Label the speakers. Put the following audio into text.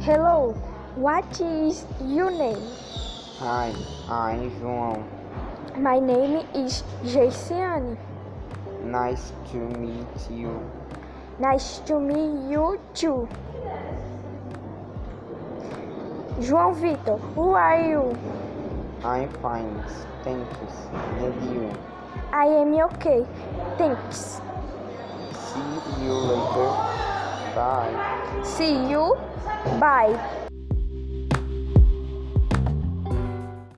Speaker 1: Hello, what is your name?
Speaker 2: Hi, I'm João.
Speaker 1: My name is Jaciane.
Speaker 2: Nice to meet you.
Speaker 1: Nice to meet you too. João Vitor, who are you?
Speaker 2: I'm fine. Thanks. And you.
Speaker 1: I am okay. Thanks.
Speaker 2: See you later. Bye.
Speaker 1: See you. Bye.